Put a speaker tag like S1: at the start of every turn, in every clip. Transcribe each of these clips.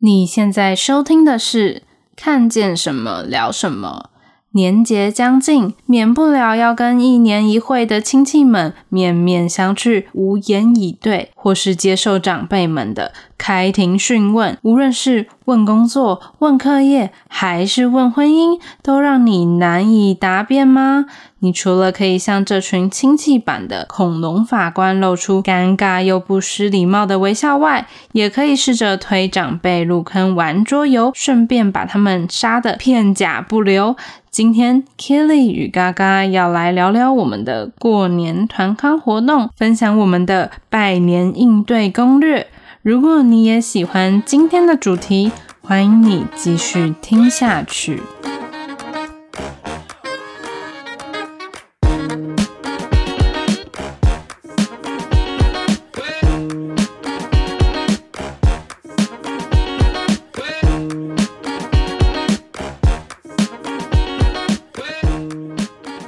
S1: 你现在收听的是《看见什么聊什么》。年节将近，免不了要跟一年一会的亲戚们面面相觑，无言以对，或是接受长辈们的开庭讯问。无论是问工作、问课业，还是问婚姻，都让你难以答辩吗？你除了可以向这群亲戚版的恐龙法官露出尴尬又不失礼貌的微笑外，也可以试着推长辈入坑玩桌游，顺便把他们杀得片甲不留。今天 Kelly 与嘎嘎要来聊聊我们的过年团康活动，分享我们的拜年应对攻略。如果你也喜欢今天的主题，欢迎你继续听下去。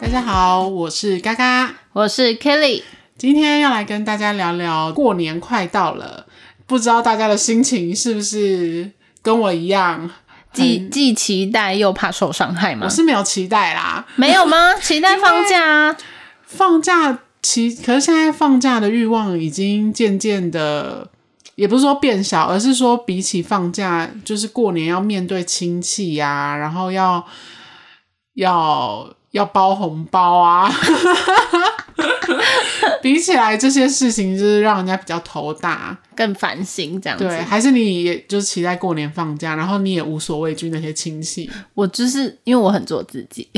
S2: 大家好，我是嘎嘎，
S1: 我是 Kelly，
S2: 今天要来跟大家聊聊过年快到了，不知道大家的心情是不是跟我一样？
S1: 既既期待又怕受伤害吗
S2: 我？是没有期待啦，
S1: 没有 吗？期待放假啊！
S2: 放假期，可是现在放假的欲望已经渐渐的，也不是说变小，而是说比起放假，就是过年要面对亲戚呀、然后要要要包红包啊， 比起来这些事情就是让人家比较头大。
S1: 更烦心这样子
S2: 对，。还是你也就是期待过年放假，然后你也无所畏惧那些亲戚。
S1: 我就是因为我很做自己，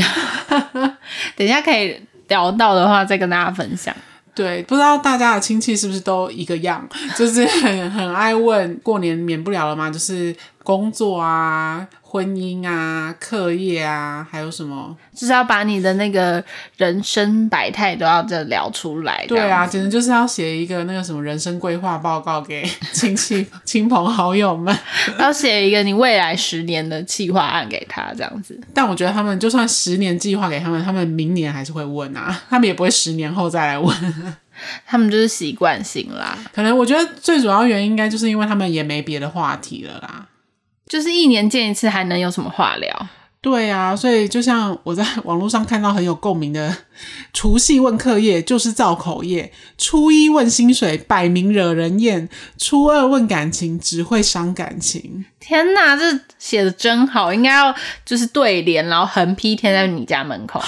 S1: 等一下可以聊到的话再跟大家分享。
S2: 对，不知道大家的亲戚是不是都一个样， 就是很很爱问过年免不了了吗？就是工作啊、婚姻啊、课业啊，还有什么？
S1: 就是要把你的那个人生百态都要再聊出来。
S2: 对
S1: 这样
S2: 啊，简直就是要写一个那个什么人生规划报告给亲戚、 亲朋好友们。
S1: 子，要写一个你未来十年的计划案给他，这样子。
S2: 但我觉得他们就算十年计划给他们，他们明年还是会问啊，他们也不会十年后再来问。
S1: 他们就是习惯性啦，
S2: 可能我觉得最主要原因应该就是因为他们也没别的话题了啦。
S1: 就是一年见一次，还能有什么话聊？
S2: 对啊，所以就像我在 网络上看到很有共鸣的， 除夕问课业就是造口业，初一问薪水摆明惹人厌，初二问感情只会伤感情。
S1: 天哪，这写的真好，应该要就是对联，然后横批贴在你家门 口，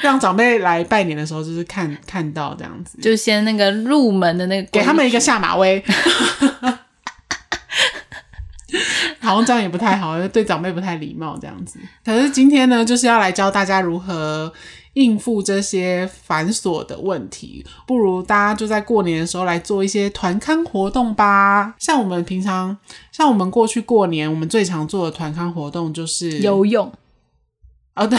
S2: 让长辈来拜年的时候就是看看到这样子，
S1: 就先那个入门的那个规矩，
S2: 给他们一个下马 威。好像这样也不太好，对长辈不太礼貌这样子。可是今天呢，就是要来教大家如何应付这些繁琐的问题。不如大家就在过年的时候来做一些团康活动吧。像我们平常，像我们过去过年，我们最常做的团康活动就是
S1: 游泳
S2: 哦，对，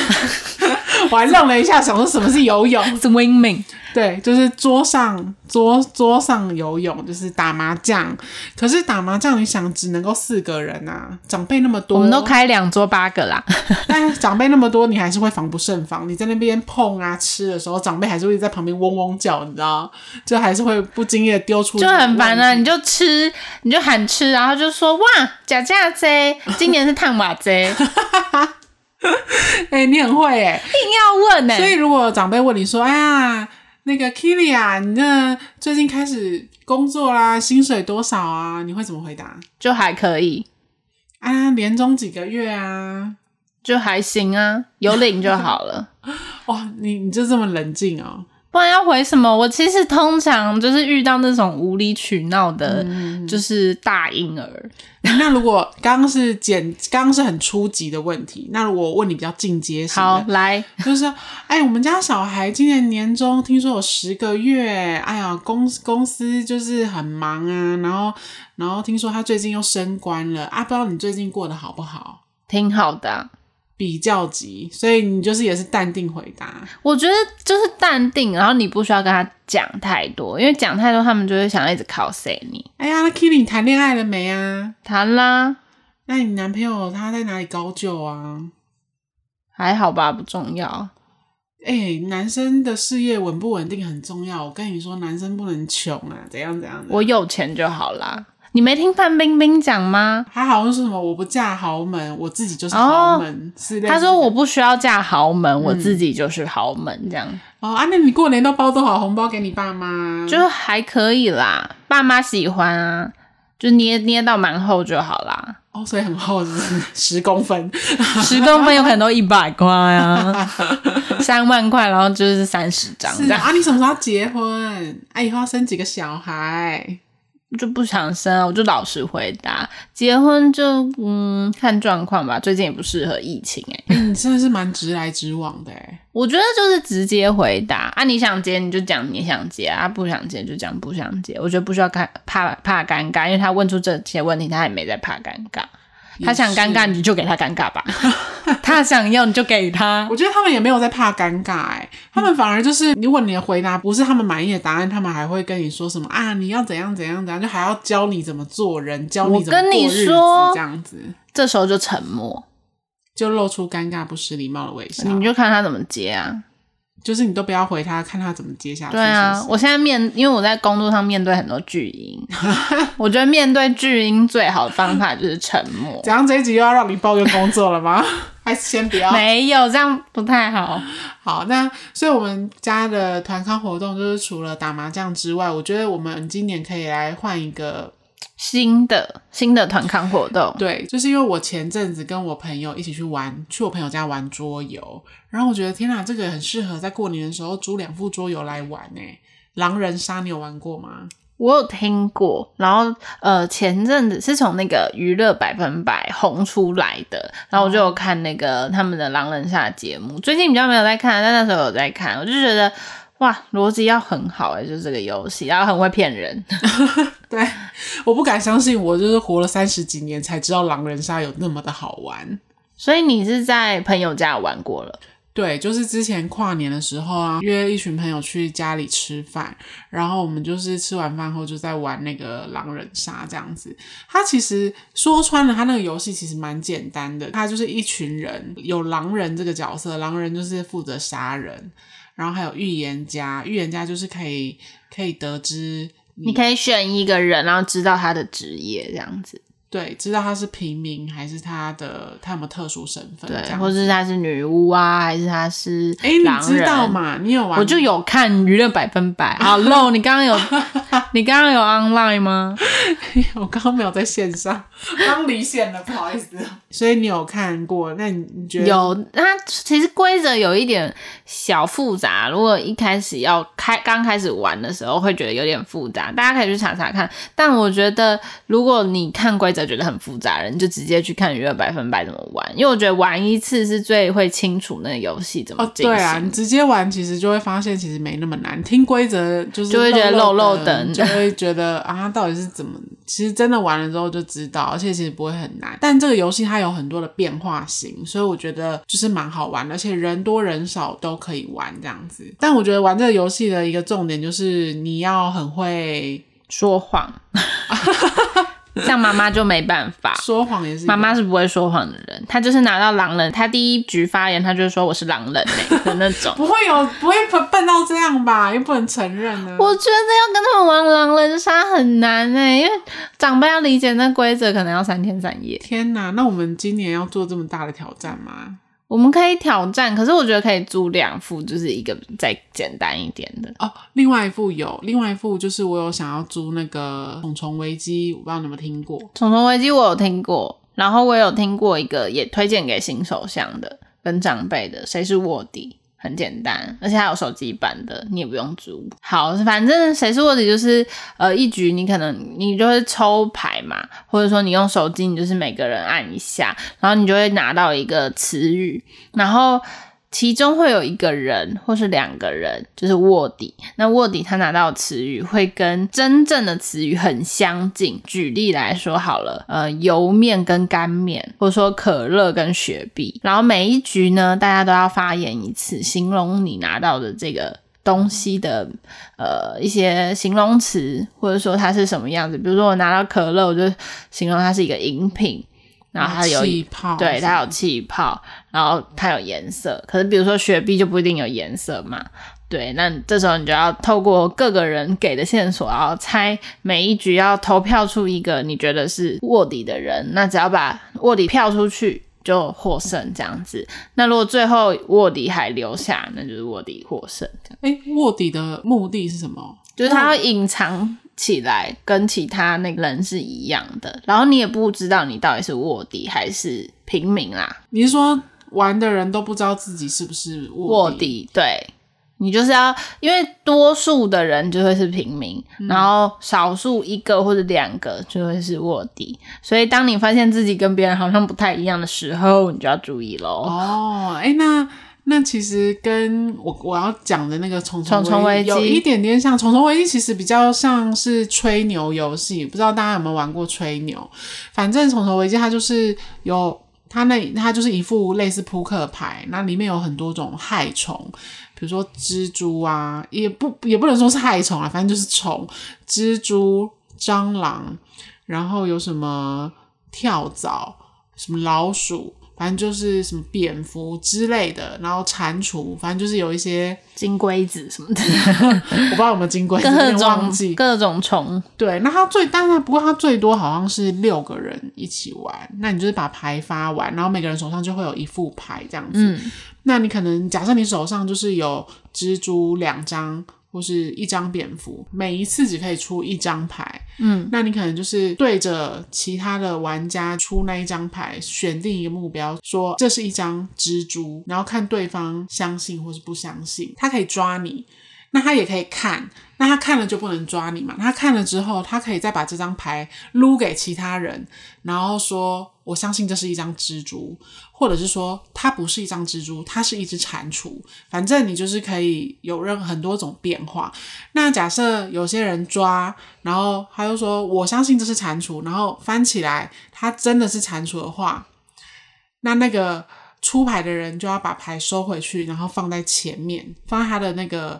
S2: 我还愣了一下，想说什么是游泳。
S1: ，swimming，
S2: 对，就是桌上桌桌上游泳，就是打麻将。可是打麻将，你想只能够四个人啊，长辈那么多，
S1: 我们都开两桌八个啦，
S2: 但是长辈那么多，你还是会防不胜防。你在那边碰啊吃的时候，长辈还是会在旁边嗡嗡叫，你知道，就还是会不经意的丢出，
S1: 就很烦啊！。你就吃，你就喊吃，然后就说哇，假假 贼，今年是烫马贼，硬
S2: 哎、你很会哎、
S1: 要问欸呢、
S2: 所以如果长辈问你说，哎呀，那个 Kili 啊，你那最近开始工作啦，薪水多少啊？你会怎么回答？
S1: 就还可以，
S2: 啊，年终几个月啊？
S1: 就还行啊，有领就好 了。
S2: 哇，你你就这么冷静哦？
S1: 不然要回什么？我其实通常就是遇到那种无理取闹的，
S2: 嗯
S1: 就是大婴儿，
S2: 那如果刚刚是简，刚刚是很初级的问题，那如果我问你比较进阶型
S1: 好
S2: 的，
S1: 来，
S2: 就是说哎，我们家小孩今年年终听说有十个月，哎呀，公公司就是很忙啊，然后然后听说他最近又升官了啊，不知道你最近过得好不好？
S1: 挺好的啊、
S2: 比较急，所以你就是也是淡定回答，
S1: 我觉得就是淡定，然后你不需要跟他讲太多，因为讲太多他们就会想要一直 cos 你。
S2: 哎呀，那 Kitty 你谈恋爱了没啊？
S1: 谈啦，
S2: 那你男朋友他在哪里高就啊？
S1: 还好吧，不重要。
S2: 哎、男生的事业稳不稳定很重要。我跟你说，男生不能穷啊，怎样怎样的。
S1: 我有钱就好啦。你没听范冰冰讲吗？
S2: 他好像是什么我不嫁豪门，我自己就是豪门之类的。
S1: 她哦说我不需要嫁豪门，我自己就是豪门，这样
S2: 哦啊，那你过年都包多少红包给你爸妈？
S1: 就还可以啦。爸妈喜欢啊，就捏捏到蛮厚就好啦，
S2: 哦，所以很厚，是不是十公分。
S1: 十公分有可能都一百块啊，三万块，然后就是三十张这
S2: 是啊，
S1: 样。
S2: 啊你什么时候要结婚？啊，以后要生几个小孩？
S1: 就不想生啊，我就老实回答，结婚就嗯看状况吧，最近也不适合疫情哎、
S2: 哎你真的是蛮直来直往的哎。
S1: 我觉得就是直接回答啊，你想接你就讲你想接啊，不想接就讲不想接。我觉得不需要看怕怕尴尬，因为他问出这些问题，他也没在怕尴尬。他想尴尬你就给他尴尬吧， 他想要你就给他。
S2: 我觉得他们也没有在怕尴尬、哎，他们反而就是，如果你的回答不是他们满意的答案，他们还会跟你说什么啊，你要怎样怎样怎样，就还要教你怎么做人，教你怎么
S1: 我跟你
S2: 过日子
S1: 说
S2: 这样子
S1: 这时候就沉默，
S2: 就露出尴尬不失礼貌的微笑，
S1: 你就看他怎么接啊。
S2: 就是你都不要回他，看他怎么接下去。
S1: 对啊
S2: 是，不是
S1: 我现在面，因为我在工作上面对很多巨婴， 我觉得面对巨婴最好的方法就是沉 默。
S2: 怎样这一集又要让你抱怨工作 了吗？还是先不要？
S1: 没有，这样不太好。
S2: 好，那所以我们家的团康活动就是除了打麻将之外，我觉得我们今年可以来换一个
S1: 新的新的团康活动，
S2: 对，就是因为我前阵子跟我朋友一起去玩，去我朋友家玩桌游，然后我觉得天哪，这个很适合在过年的时候租两副桌游来玩呢、狼人杀你有玩过吗？
S1: 我有听过，然后呃，前阵子是从那个娱乐百分百红出来的，然后我就有看那个他们的狼人杀节目，最近比较没有在看，但那时候有在看，我就觉得哇，逻辑要很好哎、就是这个游戏，然后很会骗人，
S2: 对，我不敢相信，我就是活了三十几年才知道狼人杀有那么的好玩。
S1: 所以你是在朋友家玩过了，
S2: 对，就是之前跨年的时候啊，约一群朋友去家里吃饭，然后我们就是吃完饭后就在玩那个狼人杀这样子。它其实说穿了，它那个游戏其实蛮简单的，它就是一群人，有狼人这个角色，狼人就是负责杀人，然后还有预言家，预言家就是可以可以得知
S1: 你可以选一个人，然后知道他的职业这样子，
S2: 对，知道他是平民还是他的他有没有特殊身份，嗯这
S1: 对，
S2: 样
S1: 或
S2: 子。
S1: 是他是女巫啊，还是他是
S2: 哎，你
S1: 狼人
S2: 知道嘛？你有玩？
S1: 我就有看娱乐百分百。Hello，你 刚刚有你刚刚有 online 吗？
S2: 我刚刚没有在线上， 刚离线了，不好意思。所以你有看过？那你你觉得？
S1: 有，它其实规则有一点小复杂。如果一开始要开刚开始玩的时候，会觉得有点复杂，大家可以去查查看。但我觉得，如果你看规则觉得很复杂的人，你就直接去看娱乐百分百怎么玩，因为我觉得玩一次是最会清楚那个游戏怎么
S2: 哦，
S1: 进
S2: 对
S1: 行。
S2: 啊，你直接玩其实就会发现其实没那么难，听规则就是
S1: 就会觉得
S2: 漏
S1: 漏漏
S2: 等，
S1: 等
S2: 就会觉得啊到底是怎么？其实真的玩了之后就知道，而且其实不会很难。但这个游戏它有很多的变化型，所以我觉得就是蛮好玩的，而且人多人少都可以玩这样子。但我觉得玩这个游戏的一个重点就是你要很会
S1: 说谎， 像妈妈就没办法。
S2: 说谎，也是一个。
S1: 妈妈是不会说谎的人，她就是拿到狼人，她第一局发言，她就说我是狼人 嘞、的那种
S2: 不会有不会笨笨到这样吧？又不能承认呢、
S1: 我觉得要跟他们玩狼人杀很难哎、因为长辈要理解那规则，可能要三天三夜。
S2: 天哪！那我们今年要做这么大的挑战吗？
S1: 我们可以挑战，可是我觉得可以租两副，就是一个再简单一点的。
S2: 哦，另外一副有，另外一副就是我有想要租那个《虫虫危机》，我不知道你有没有听过。
S1: 《虫虫危机》我有听过，然后我有听过一个也推荐给新手向的跟长辈的，谁是卧底？很简单，而且还有手机版的，你也不用租。好，反正谁是卧底就是呃一局你可能你就会抽牌嘛，或者说你用手机，你就是每个人按一下，然后你就会拿到一个词语，然后。其中会有一个人或是两个人，就是卧底。那卧底他拿到的词语会跟真正的词语很相近。举例来说好了，呃，油面跟干面，或者说可乐跟雪碧。然后每一局呢，大家都要发言一次，形容你拿到的这个东西的呃一些形容词，或者说它是什么样子。比如说我拿到可乐，我就形容它是一个饮品，然后它有
S2: 气泡，
S1: 对，它有气泡，然后它有颜色。可是比如说雪碧就不一定有颜色嘛。对，那这时候你就要透过各个人给的线索，然后猜每一局要投票出一个你觉得是卧底的人。那只要把卧底票出去就获胜，这样子。那如果最后卧底还留下，那就是卧底获胜，这样
S2: 哎、卧底的目的是什么？
S1: 就是他要隐藏起来，跟其他那个人是一样的。然后你也不知道你到底是卧底还是平民啦，
S2: 你是说玩的人都不知道自己是不是
S1: 卧
S2: 卧底？
S1: 底，对你就是要，因为多数的人就会是平民，
S2: 嗯
S1: 然后少数一个或者两个就会是卧底，所以当你发现自己跟别人好像不太一样的时候，你就要注意喽。
S2: 哦，哎、那那其实跟我我要讲的那个重
S1: 重重危
S2: 危
S1: 机
S2: 有一点点像。重重危机其实比较像是吹牛游戏，不知道大家有没有玩过吹牛？反正重重危机它就是有。它那它就是一副类似扑克牌，那里面有很多种害虫，比如说蜘蛛啊，也不也不能说是害虫啊，反正就是虫，蜘蛛、蟑螂，然后有什么跳蚤、什么老鼠，反正就是什么蝙蝠之类的，然后蟾蜍，反正就是有一些
S1: 金龟子什么 的，
S2: 我不知道有没 有经过，有
S1: 各
S2: 点忘记
S1: 种。各种虫，
S2: 对，那它最，但是不过它最多好像是六个人一起玩，那你就是把牌发完，然后每个人手上就会有一副牌这样子。
S1: 嗯，
S2: 那你可能假设你手上就是有蜘蛛两张或是一张蝙蝠，每一次只可以出一张牌。
S1: 嗯，
S2: 那你可能就是对着其他的玩家出那一张牌，选定一个目标，说这是一张蜘蛛，然后看对方相信或是不相信。他可以抓你，那他也可以看，那他看了就不能抓你嘛。他看了之后，他可以再把这张牌撸给其他人，然后说我相信这是一张蜘蛛，或者是说它不是一张蜘蛛，它是一只蟾蜍。反正你就是可以有任很多种变化。那假设有些人抓，然后他就说我相信这是蟾蜍，然后翻起来，它真的是蟾蜍的话，那那个出牌的人就要把牌收回去，然后放在前面，放在他的那个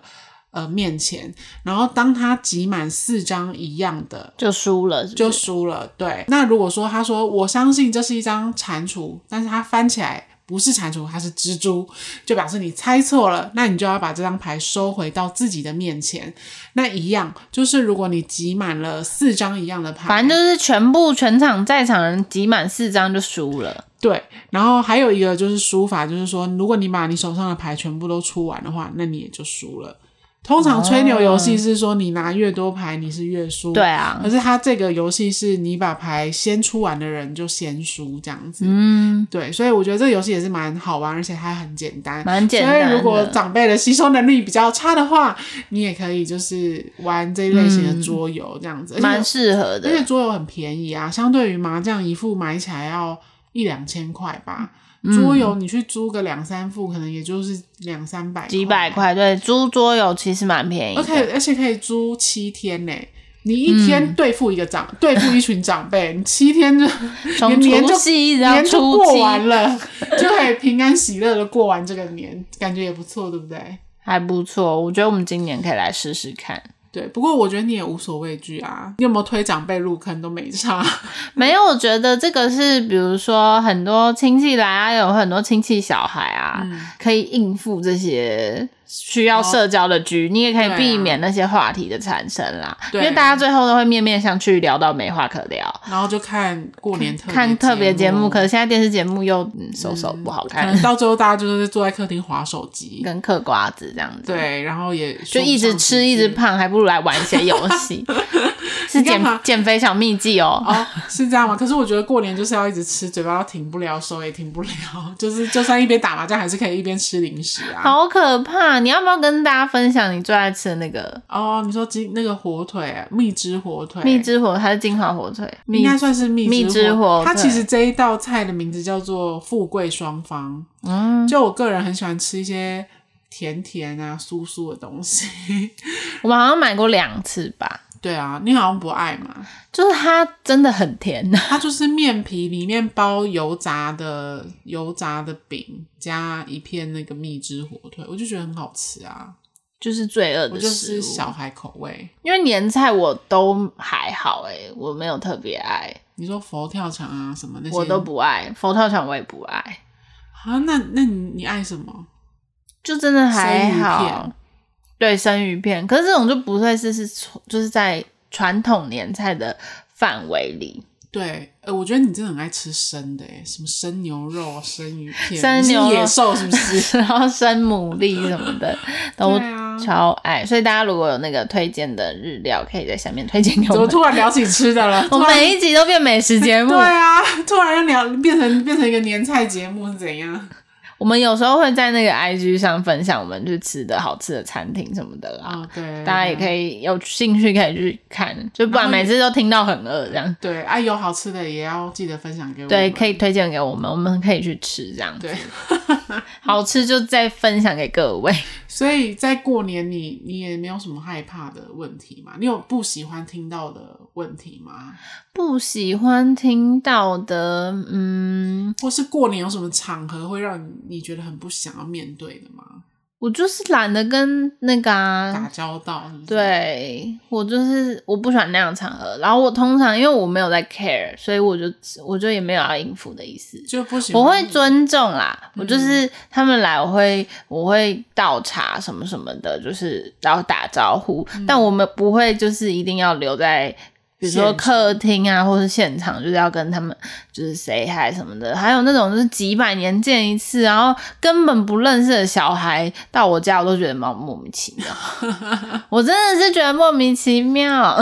S2: 呃面前。然后当他集满四张一样的
S1: 就输了是不
S2: 就是输了。对，那如果说他说我相信这是一张蟾蜍，但是他翻起来不是蟾蜍，它是蜘蛛，就表示你猜错了。那你就要把这张牌收回到自己的面前。那一样就是，如果你集满了四张一样的牌，
S1: 反正就是全部全场在场人集满四张就输了，
S2: 对。然后还有一个就是输法，就是说，如果你把你手上的牌全部都出完的话，那你也就输了。通常吹牛游戏是说，你拿越多牌，你是越输。
S1: 对啊
S2: 可，是它这个游戏是你把牌先出完的人就先输这样子，
S1: 嗯，
S2: 对，所以我觉得这个游戏也是蛮好玩，而且它很简单。
S1: 蛮简单
S2: 所以如果
S1: 的。
S2: 长辈的吸收能力比较差的话，你也可以就是玩这一类型的桌游这样子，而
S1: 嗯蛮
S2: 且
S1: 适合
S2: 而且
S1: 的，
S2: 桌游很便宜啊，相对于麻将一副买起来要一两千块吧。
S1: 嗯
S2: 桌游你去租个两三副，可能也就是两三百、
S1: 几百。块对，租桌游其实蛮便宜的
S2: 而，且而且可以租七天呢、你一天
S1: 嗯
S2: 对付一个长，对付一群长辈，你七 天就
S1: 从
S2: 年
S1: 除
S2: 就
S1: 夕一直到
S2: 年就
S1: 初
S2: 过
S1: 七，
S2: 完了，就可以平安喜乐的过完这个年，感觉也不错，对不对？
S1: 还不错。我觉得我们今年可以来试试看。
S2: 对，不过我觉得你也无所畏惧啊，你有没有推长辈入坑都没差。
S1: 没有，我觉得这个是，比如说很多亲戚来啊，有很多亲戚小孩啊，
S2: 嗯
S1: 可以应付这些需要社交的局，你也可以
S2: 对啊
S1: 避免那些话题的产生啦。因
S2: 对
S1: 为大家最后都会面面相觑，聊到没话可聊。
S2: 然后就看过年特
S1: 看特别节目，可
S2: 能
S1: 是现在电视节目又嗯手手不好
S2: 可
S1: 看，
S2: 能到最后大家就是坐在客厅划手机，
S1: 跟嗑瓜子这样子。
S2: 对，然后也
S1: 就
S2: 就
S1: 一直吃一直胖，还不如来玩一些游戏， 是
S2: 你干
S1: 减
S2: 嘛
S1: 减肥小秘籍哦。
S2: 哦， 是这样吗？可是我觉得过年就是要一直吃，嘴巴都停不了，手也停不了， 就是就算一边打麻将，还是可以一边吃零食啊。
S1: 好可怕！你要不要跟大家分享你最爱吃的那个
S2: 哦，你说金那个火腿，蜜汁火腿，
S1: 蜜汁火腿还是金华火腿？蜜
S2: 应该算是蜜
S1: 蜜汁火
S2: 火
S1: 腿
S2: 它其实这一道菜的名字叫做富贵双方。嗯，就我个人很喜欢吃一些甜甜啊、酥酥的东西。
S1: 我们好像买过两次吧，
S2: 对啊，你好像不爱嘛？
S1: 就是它真的很甜，
S2: 它就是面皮里面包油炸的油炸的饼，加一片那个蜜汁火腿，我就觉得很好吃啊。
S1: 就是罪恶
S2: 我
S1: 的
S2: 就
S1: 食
S2: 是
S1: 物。
S2: 小孩口味。
S1: 因为年菜我都还好哎、我没有特别爱，
S2: 你说佛跳墙啊什么那些，
S1: 我都不爱佛跳墙，我也不爱，
S2: 啊。那那你你爱什么？
S1: 就真的还
S2: 生鱼
S1: 好
S2: 片。
S1: 对，生鱼片。可是这种就不会是是传就是在传统年菜的范围里，
S2: 对，呃，我觉得你真的很爱吃生的，哎，什么生牛肉啊、生鱼片，
S1: 生
S2: 你是
S1: 牛肉
S2: 野兽是 不是？
S1: 然后生牡蛎什么的都
S2: 对啊
S1: 超爱。所以大家如果有那个推荐的日料，可以在下面推荐给
S2: 怎
S1: 我
S2: 么
S1: 们。
S2: 突然聊起吃的了？
S1: 我
S2: 突然
S1: 每一集都变美食节目
S2: 对，啊，突然要聊变成变成一个年菜节目是怎
S1: 啊
S2: 样？
S1: 我们有时候会在那个 IG 上分享我们去吃的好吃的餐厅什么的啦。
S2: 啊，对，
S1: 大家也可
S2: 以。
S1: 以有兴趣可以去看，就不然每次都听到很饿这样。
S2: 对，啊，有好吃的也要记得分享给我们。
S1: 对，可以推荐给我们，我们可以去吃这样。
S2: 对，
S1: 好吃就再分享给各位。
S2: 所以在过年你你也没有什么害怕的问题嘛？你有不喜欢听到的问题吗？
S1: 不喜欢听到的，嗯，
S2: 或是过年有什么场合会让你觉得很不想要面对的吗？
S1: 我就是懒得跟那个
S2: 打
S1: 啊，
S2: 交道是不是，
S1: 对我就是我不喜欢那样的场合。然后我通常因为我没有在 care，所以我就我就也没有要应付的意思。
S2: 就不喜欢。嗯
S1: 我会尊重啦，我就是他们来，我会我会倒茶什么什么的，就是然后打招呼，
S2: 嗯
S1: 但我们不会就是一定要留在。比如说
S2: 现场
S1: 客厅啊，或是现场，就是要跟他们就是 say hi 什么的。还有那种就是几百年见一次，然后根本不认识的小孩到我家，我都觉得蛮莫名其妙。 我真的是觉得莫名其妙。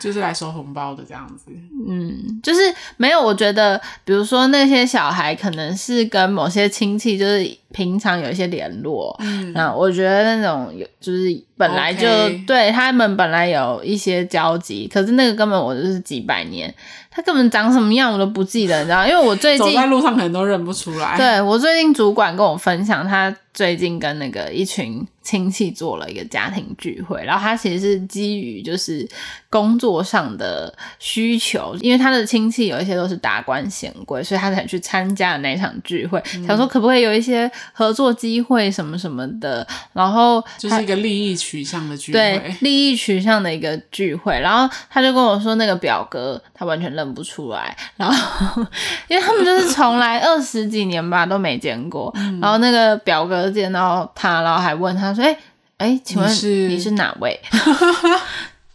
S2: 就是来收红包的这样子。
S1: 嗯，就是没有。我觉得，比如说那些小孩，可能是跟某些亲戚，就是平常有一些联络。
S2: 嗯，
S1: 那我觉得那种有，就是本来就
S2: OK
S1: 对他们本来有一些交集，可是那个根本我就是几百年，他根本长什么样我都不记得，你知道？因为我最
S2: 走
S1: 近
S2: 在路上可能都认不出来。，
S1: 对我最近主管跟我分享，他最近跟那个一群亲戚做了一个家庭聚会，然后他其实是基于就是工作上的需求，因为他的亲戚有一些都是达官显贵，所以他才去参加那一场聚会，想说可不可以有一些合作机会什么什么的，然后
S2: 就是一个利益取向的聚
S1: 对
S2: 会。
S1: 利益取向的一个聚会，然后他就跟我说，那个表哥他完全认不出来，然后因为他们就是从来二十几年吧都没见过，
S2: 嗯
S1: 然后那个表哥见到他，然后还问他说：“哎、哎、请问
S2: 你是
S1: 你是哪位？”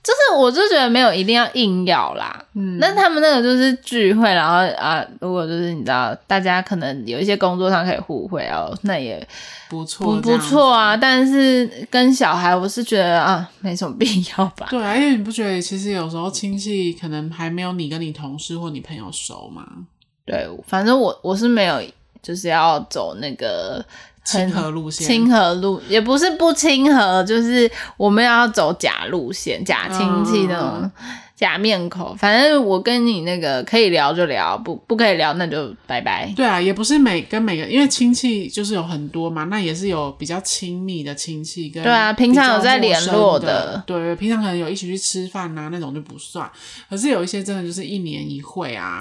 S1: 就是我就觉得没有一定要硬要啦，嗯，那他们那个就是聚会，然后啊，如果就是你知道，大家可能有一些工作上可以互惠哦，那也
S2: 不错，
S1: 不不错。啊，但是跟小孩，我是觉得啊，没什么 必要吧。
S2: 对啊，因为你不觉得其实有时候亲戚可能还没有你跟你同事或你朋友熟吗？
S1: 对，反正我我是没有，就是要走那个
S2: 亲和路线，
S1: 亲和路，也不是不亲和，就是我们要走假路线、假亲戚那种、
S2: 嗯
S1: 假面孔。反正我跟你那个可以聊就聊，不不可以聊那就拜拜。
S2: 对啊，也不是每跟每个，因为亲戚就是有很多嘛，那也是有比较亲密的亲戚跟
S1: 对啊平常有在联络
S2: 比较陌
S1: 的
S2: 生的，对，平常可能有一起去吃饭啊那种就不算，可是有一些真的就是一年一 会啊，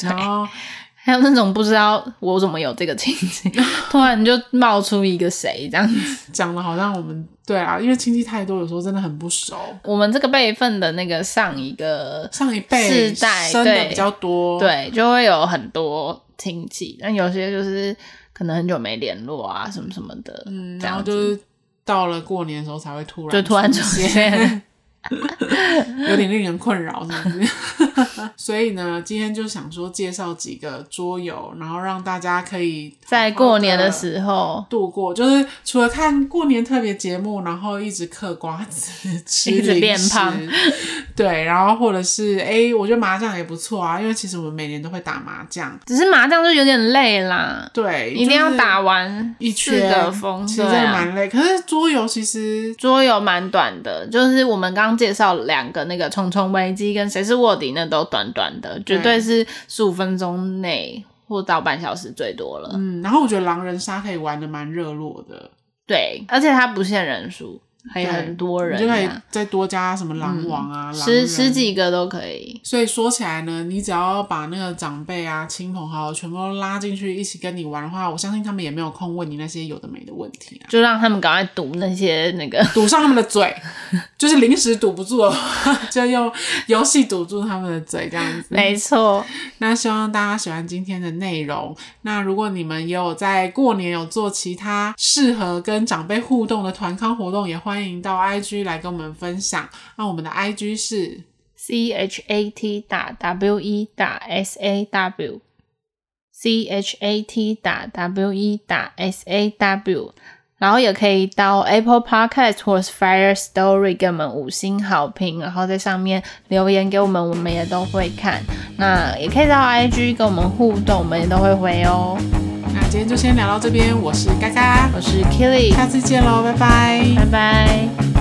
S2: 然后
S1: 还有那种不知道我怎么有这个亲戚，突然就冒出一个谁这样子。
S2: 讲的好像我们对啊，因为亲戚太多，有时候真的很不熟。
S1: 我们这个辈分的那个上一个
S2: 上一辈
S1: 世代
S2: 生的
S1: 对
S2: 比较多，，
S1: 对，就会有很多亲戚，但有些就是可能很久没联络啊，什么什么的，
S2: 嗯，
S1: 这
S2: 然后
S1: 样
S2: 就
S1: 子
S2: 是到了过年的时候才会突然
S1: 就突然出 现。
S2: 有点令人困扰，是不是？ 所以呢，今天就想说介绍几个桌游，然后让大家可以好好地
S1: 在过年的时候，
S2: 度过，就是除了看过年特别节目，然后一直嗑瓜子、吃
S1: 一直
S2: 零
S1: 变
S2: 食
S1: 胖，
S2: 对，然后或者是哎、我觉得麻将也不错啊，因为其实我们每年都会打麻将，
S1: 只是麻将就有点累啦，
S2: 对，
S1: 一定要
S2: 就是
S1: 打完
S2: 一
S1: 次
S2: 圈
S1: 的风，
S2: 其实
S1: 对
S2: 真的
S1: 啊。
S2: 蛮累。可是桌游其实
S1: 桌游蛮短的，就是我们刚介绍两个那个《重重危机》跟《谁是卧底》，那都短短的，绝对
S2: 对
S1: 是十五分钟内或到半小时最多了。
S2: 嗯，然后我觉得狼人杀可以玩的蛮热络的，
S1: 对，而且它不限人数，还有
S2: 对
S1: 很多人、啊，嗯
S2: 你就可以再多加什么狼王啊、狼
S1: 十
S2: 人
S1: 十。几个都可以。
S2: 所以说起来呢，你只要把那个长辈啊、亲朋好友全部都拉进去一起跟你玩的话，我相信他们也没有空问你那些有的没的问题啊，
S1: 就让他们赶快读那些那个，
S2: 堵上他们的嘴， 就是临时堵不住的话，就用游戏堵住他们的嘴这样子。
S1: 没错，
S2: 那希望大家喜欢今天的内容。那如果你们也有在过年有做其他适合跟长辈互动的团康活动，也欢迎到 IG 来跟我们分享。那我们的 IG 是
S1: C H A T 打 W E 打 S A W。C H A T 打 W E 打 S A W，然后也可以到 Apple Podcast 或是 Fire Story 给我们五星好评，然后在上面留言给我们，我们也都会看。那也可以到 IG 跟我们互动，我们也都会回哦。
S2: 那今天就先聊到这边，我是嘎嘎，
S1: 我是 Killy，
S2: 下次见喽，拜拜
S1: 拜拜。